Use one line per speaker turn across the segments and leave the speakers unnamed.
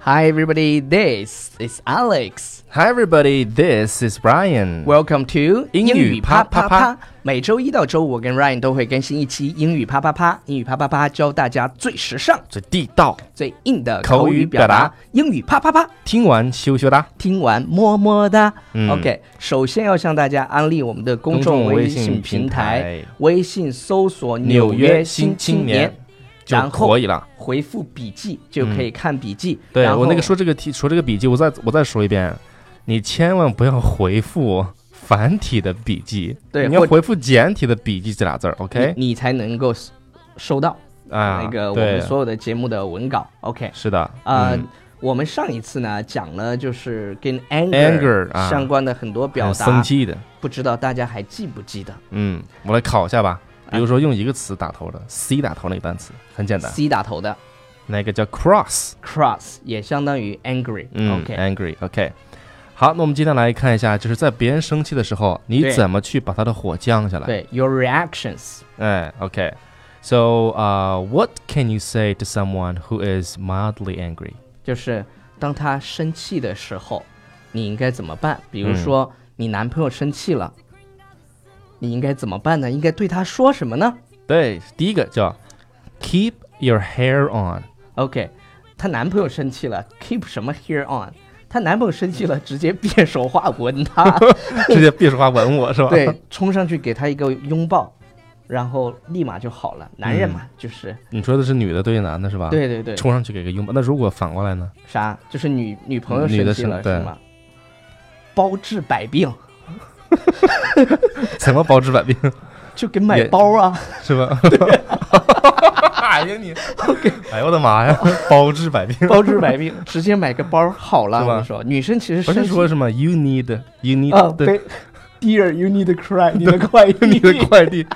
Hi, everybody. This is Alex.
Hi, everybody. This is Brian.
Welcome to
英语啪啪啪。
每周一到周五，我跟 Ryan 都会更新一期英语啪啪啪。英语啪啪啪，教大家最时尚、
这地道，
最硬的
口
口
语
语表
表
达
达。
英语啪啪啪，
听完羞羞哒。
听完么么哒。
嗯
OK，首先要向大家安利我们的公众
公众
微
微
信
信
平
平
台
台，
微信搜索“纽
纽
约
约
新
新
青
青
年
年”，
然
就
后
可以了。
回复笔记就可以看笔记。
对
然后
我那个说这个题，说这个笔记，我再我再说一遍，你千万不要回复繁体的笔记，
对
你要
或者
回复简体的笔记这俩字儿，OK？
你你才能够收到
啊，
那个我
对
们，所有的节目的文稿。OK，
是的，
呃
嗯，
我们上一次呢讲了就是跟 anger
Anger，啊
相关的很多表
很生
达，
气的，
不知道大家还记不记得
嗯，我来考一下吧。
啊
比如说用一个词打头的 C 打头那个单词很简单，
C 打头的
那个叫 cross，
cross 也相当于 angry。
嗯
OK，
，angry，OK。好，那我们今天来看一下，就是在别人生气的时候，你
对
怎么去把他的火降下来？
对，your reactions。
哎，OK。So, uh, what can you say to someone who is mildly angry?
就是当他生气的时候，你应该怎么办？比如说，
嗯
你男朋友生气了，你应该怎么办呢？应该对他说什么呢
对，第一个叫 keep your hair on。
？OK，她男朋友生气了，keep 什么 here on？她男朋友生气了，直接变手画吻 他，
直接别说话吻我是吧？
对，冲上去给他一个拥抱，然后立马就好了。男人嘛，就是
你说的是女的对男的是吧？，
对对对，
嗯啊冲上去给个拥抱。那如果反过来呢？
啥？就是女女朋友
女
生
的
气
生
了
对
是吗？包治百病，
怎么包治百病
就跟买
也
包 啊。
是吧？哎呀你，哎呦我的妈呀， 包治百病。
包治百病，直接买个包好了。
是吧
我说，女生其实
不是
生
说
气
什么 you need you need
啊，
对
对，Dear, you need to cry，你的快
你的
递，
快递，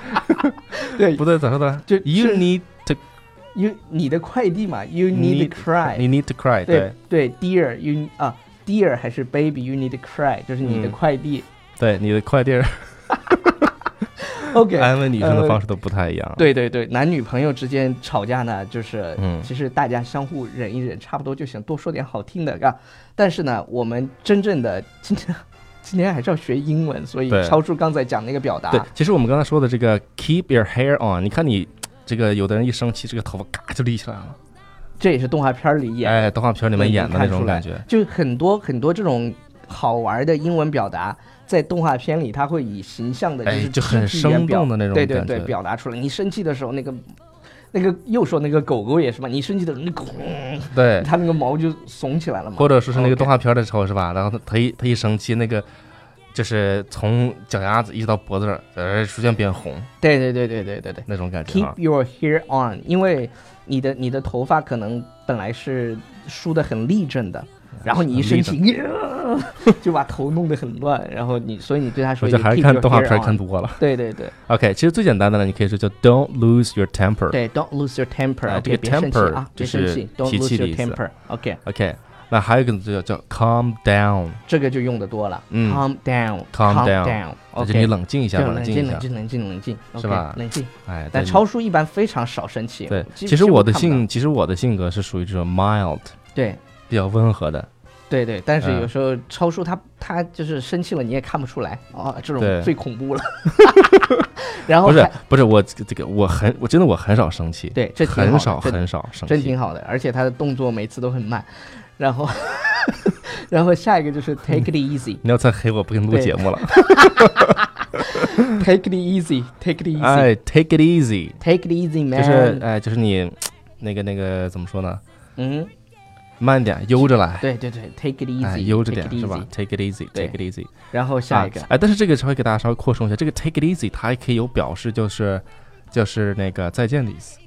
对
不对咋说的？
就是
you need to
，you 你的快递嘛，you need to cry，
you need to cry
对对，Dear you 啊，Dear 还是 Baby，you need to cry，就是你的
嗯
快递。
对，你的快递儿
OK，
安慰女生的
呃
方式都不太一样。，
对对对，男女朋友之间吵架呢，就是，
嗯
其实大家相互忍一忍，差不多就行，多说点好听的啊。但是呢，我们真正的今天今天还是要学英文，所以
对
超出刚才讲那个表达。
对，其实我们刚才说的这个 keep your hair on，你看你这个有的人一生气，这个头发嘎就立起来了，
这也是动画片儿里演的，
哎，动画片里面演的那种感觉。
就很多很多这种好玩的英文表达，在动画片里它会以形象的，
哎，
是
就很
肢体语言
生
表
动的那种
对
感
对
觉。
对，表达出来。你生气的时候，那个那个又说那个狗狗也是嘛，你生气的时候，那狗
对
它那个毛就耸起来了嘛。
或者说是那
OK
个动画片的时候是吧？然后他他一他一生气，那个就是从脚丫子一直到脖子这儿，呃，逐渐变红
对对对对对对对
那种感觉
，Keep
啊。
your hair on，因为你的你的头发可能本来是梳的很立正
啊
的。然后你一生气， 就把头弄得很乱，然后你，所以你对他说
我
一
觉
句 “Keep your hair on”，
得还是看动画片看多了。
对对对
OK，其实最简单的呢，你可以说叫 Don't lose your temper。
对，Don't lose your temper，
啊
OK，
这个
别生气
temper
啊，别
就
生
是
气，Don't
脾
lose
气
your
的意思
temper。OK，
OK，那还有一个字叫叫 calm down，
这个就用的多了
嗯
，Calm
Calm down，就是你
down，OK，
冷静一下嘛，
冷
冷静
静
一下
冷。静冷静冷静
是
，OK，
吧
冷静。
哎，
但
对
超叔一般非常少生气，
对，
几
其实
几乎
我的
看不到
性，其实我的性格是属于这种 mild，
对
比较温和的。
对对，但是
嗯
有时候超叔他他就是生气了，你也看不出来啊，这种
对
最恐 怖了。然后
不是
还
不是，我这个这个我很我真的我很少生气，
对，这挺好
很
的
少
这
很少生
真
气。
挺好的，而且他的动作每次都很慢。然后， 然后下一个就是 take it easy。
你要再黑我，不给你录
对
节目了。
Take it easy, take it easy,、
哎，take it easy，
take it easy,
就
man。
是哎，就是你那个那个怎么说呢？
嗯，
慢点，悠着来，
对对对，take it easy，、
哎，悠着
take
点
it
是
easy
吧。？Take it
对
easy，take it easy。
然后下一个，
啊哎，但是这个稍微给大家稍微扩充一下，这个 take it easy 它还可以有表示，就是就是那个再见的意思。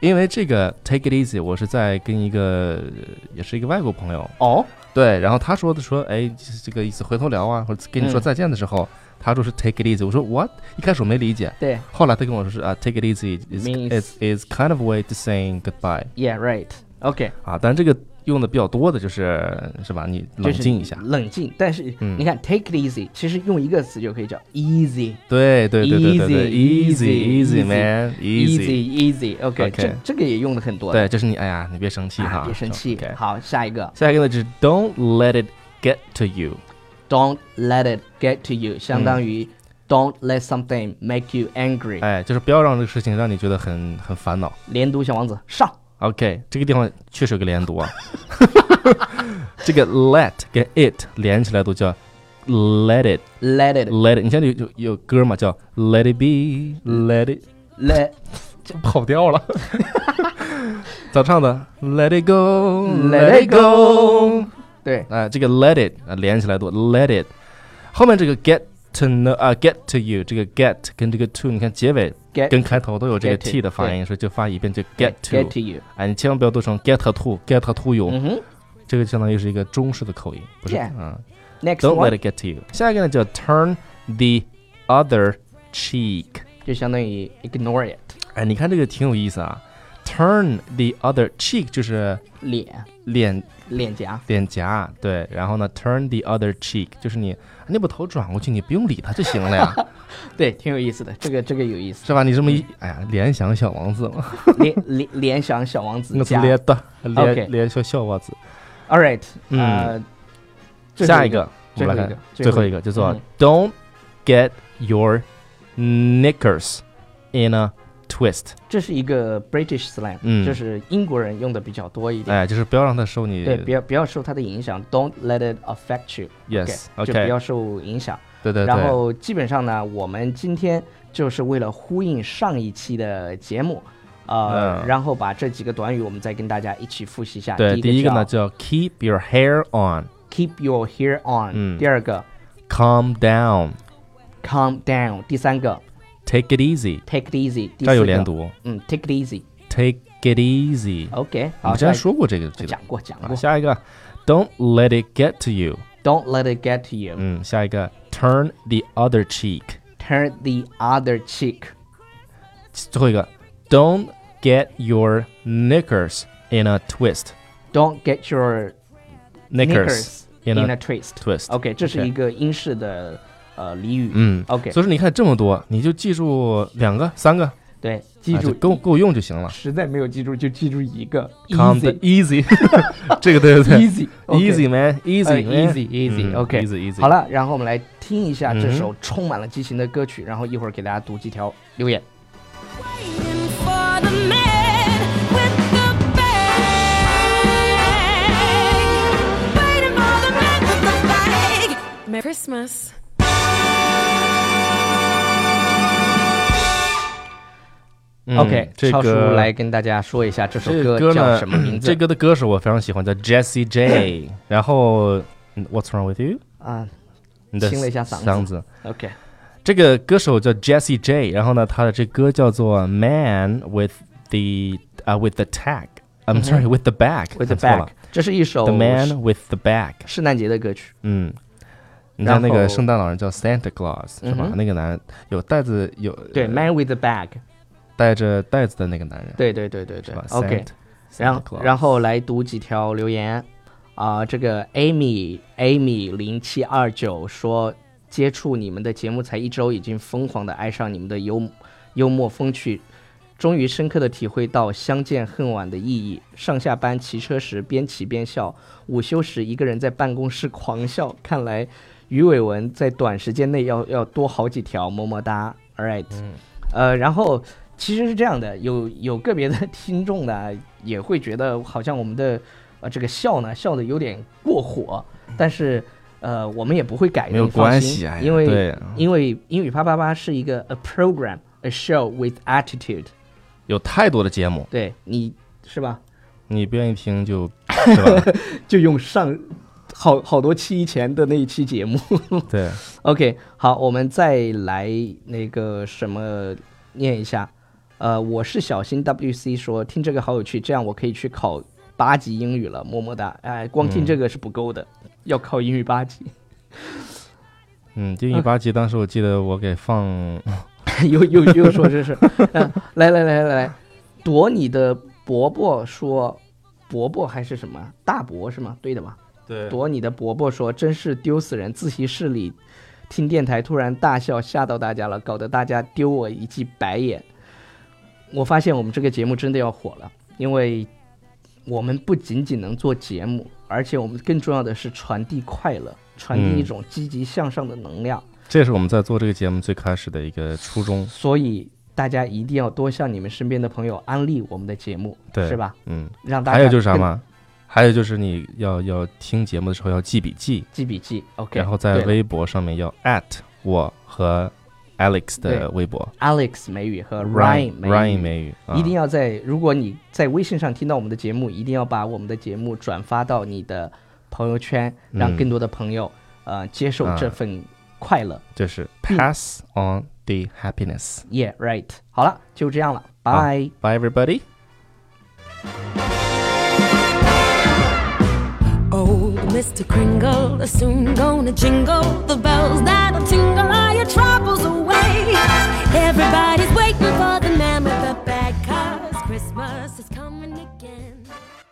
因为这个 take it easy，我是在跟一个呃也是一个外国朋友，
哦，
对，然后他说的说，哎，这个意思回头聊啊，或者跟你
嗯
说再见的时候，他说是 take it easy，我说 what？一开始我没理解，
对
后来他跟我说是啊，take it easy is
Means-
is is kind of way to saying goodbye
，yeah right，OK，、
啊，但这个用的比较多的就是是吧？你冷静一下，
冷静。但是
嗯
你看，take it easy，其实用一个词就可以叫 easy。
对对对对对对
Easy，easy，
easy man easy，
easy easy OK，
OK
这这个也用的很多的。
对，这是你哎呀，你别生气
啊
哈，
别生气
OK。
好，下一个
下一个呢就是 Don't let it get to you，
，Don't let it get to you，相当于 Don't let something make you angry。
嗯哎，就是不要让这个事情让你觉得很很烦恼。
连读小王子上
OK，这个地方确实有个连读 啊，这个 let 跟 it 连起来都叫 let it
，Let it
let it。你像有有有歌嘛叫 Let it be，let it
let 嗯
跑 调了，咋唱的？Let it
Let
go，let
it
it go。
对
啊、这个 let it 啊、连起来读 let it，后面这个 get to know 啊、get to you 这个 get 跟这个 to 你看结尾
get
跟开头都有这个
get
t 的发音，所以就发一遍就 get to，
get to you。
哎，你千万不要读成 get to get to you，、
嗯哼
这个相当于是一个中式的口音，不是
Yeah
嗯
，Next
，don't
one
let it get to you。下一个呢叫 turn the other cheek，
就相当于 ignore it，
哎，你看这个挺有意思啊，turn the other cheek 就是
脸
脸
脸颊。
脸颊，对，然后呢，turn the other cheek，就是你你把头转过去，你不用理他就行 了呀，
对，挺有意思的，这个这个有意思。
是吧？你这么一，哎呀，联想小王子嘛，
联联联想小王子
我是
加
联的，
OK
联联想小王子。
，All right，
嗯
呃，最后
下一个，我
最
们
后
来
一
看
个，
最后一
个
个叫做
嗯
Don't get your knickers in a twist，
这是一个 British slang，
嗯
就是英国人用的比较多一点。
哎，就是不要让他受你
对，不要不要受它的影响，Don't let it affect you。
，yes，OK，
就不要受影响。
对对
然
对，
后基本上呢，我们今天就是为了呼应上一期的节目，呃，
嗯
然后把这几个短语我们再跟大家一起复习一下。
对，第
一
一个
个
呢
叫
叫 keep your hair
，keep your hair on。
嗯
第二个
on，calm down，take
，calm down。第三个
it easy，
，take it easy。第
这儿有
四
连
个，
读
嗯，take it easy。
，take it easy。
OK，
我
好，
们之前
下一
说过这个，记
个
得。
讲过讲
啊
过
下一个，Don't let it get to you。
，Don't let it get to you。
嗯，下一个，Turn the other cheek。
Turn the other cheek。
最后一个，Don't get your knickers in a twist。
Don't get your
knickers in
in a
a
twist。
twist。
OK，这是
OK
一个英式的呃俚语。
嗯
OK，
所以说你看这么多，你就记住两个、三个，
对，记
啊就
住，
够够用就行了。
实在没有记住就记住一个
Come the
easy
easy，这 个对对对
easy
，easy man，easy man，
easy easy
嗯
哎 OK。
easy easy。
好，了，然后我们来听一下这
嗯
首充满了激情的歌曲，然后一会儿给大家读几条留言。
Waiting for the man with the bag. Waiting for the man with the bag. Merry Christmas.
嗯
OK，
这
超叔
个
来跟大家说一下这首
这
歌
歌
叫
呢
什么名字？
这歌的歌手我非常喜欢，叫 Jesse J。然后嗯 What's wrong with you？
啊
你的
清了一下嗓子
嗓子。
，OK，
这个歌手叫 Jesse J，然后呢，他的这歌叫做《Man with the 啊、with the Tag》，I'm sorry with the Back，
w i t h 嗯
看错
the Back，哦
了
这是一首
，The Man with the Back，
圣诞节的歌曲。
嗯。你像那
然后
个圣诞老人叫 Santa Claus 是吧
嗯？哼
那个男有袋子有
对
呃
，Man with the Bag，
带着袋子的那个男人
对对对对
是
对
吧
，OK。
Santa-
然
Santa Claus
然后来读几条留言啊、这个 Amy Amy 零七二九说，接触你们的节目才一周，已经疯狂的爱上你们的幽幽默风趣，终于深刻的体会到相见恨晚的意义。上下班骑车时边骑边笑，午休时一个人在办公室狂笑。看来鱼尾纹在短时间内要要多好几条，么么哒。All right，、呃，
嗯
然后其实是这样的，有有个别的 听众呢也会觉得好像我们的呃这个笑呢笑的有点过火，但是呃我们也不会改，
没有
你放
关
心
系，哎呀
因为
对
因为英语啪啪啪是一个 a program a show with attitude，
有太多的节目，
对你是吧？
你不愿意听就是吧？
就用上好好多期以前的那一期节目。
对，
OK，好，我们再来那个什么念一下。呃，我是小新 WC 说听这个好有趣，这样我可以去考八级英语了，么么哒。哎，光听这个是不够的，要考英语八级，
嗯，《英语八级》当时我记得我给放，
又又又嗯说这是。呃来来来来来，躲你的伯伯说，伯伯还是什么大伯是吗？对的吧？
对
躲你的伯伯说：“真是丢死人！自习室里听电台，突然大笑，吓到大家了，搞得大家丢我一记白眼。”我发现我们这个节目真的要火了，因为我们不仅仅能做节目，而且我们更重要的是传递快乐，传递一
嗯
种积极向上的能量。
这是我们在做这个节目最开始的一个初衷。
所以大家一定要多向你们身边的朋友安利我们的节目，
对，
是吧？
嗯，
让大家
还有就是啥
更
嘛？还有就是你要要听节目的时候要记笔记，
记笔记，OK。
然后在
对了
微博上面要 at 我和 Alex
对
的微博
Alex 美语和 Ryan 美语
Ryan 美语，啊
一定要在，如果你在微信上听到我们的节目，一定要把我们的节目转发到你的朋友圈，
嗯
让更多的朋友、呃接受
啊
这份快乐。
就是
嗯
pass on the happiness。
Yeah, right。好了，就这样了，拜、
好 Bye everybody。
Old Mr. Kringle is soon gonna jingle the bells that'll tingle all your troubles away. Everybody's waiting for the man with the bag, cause Christmas is coming again.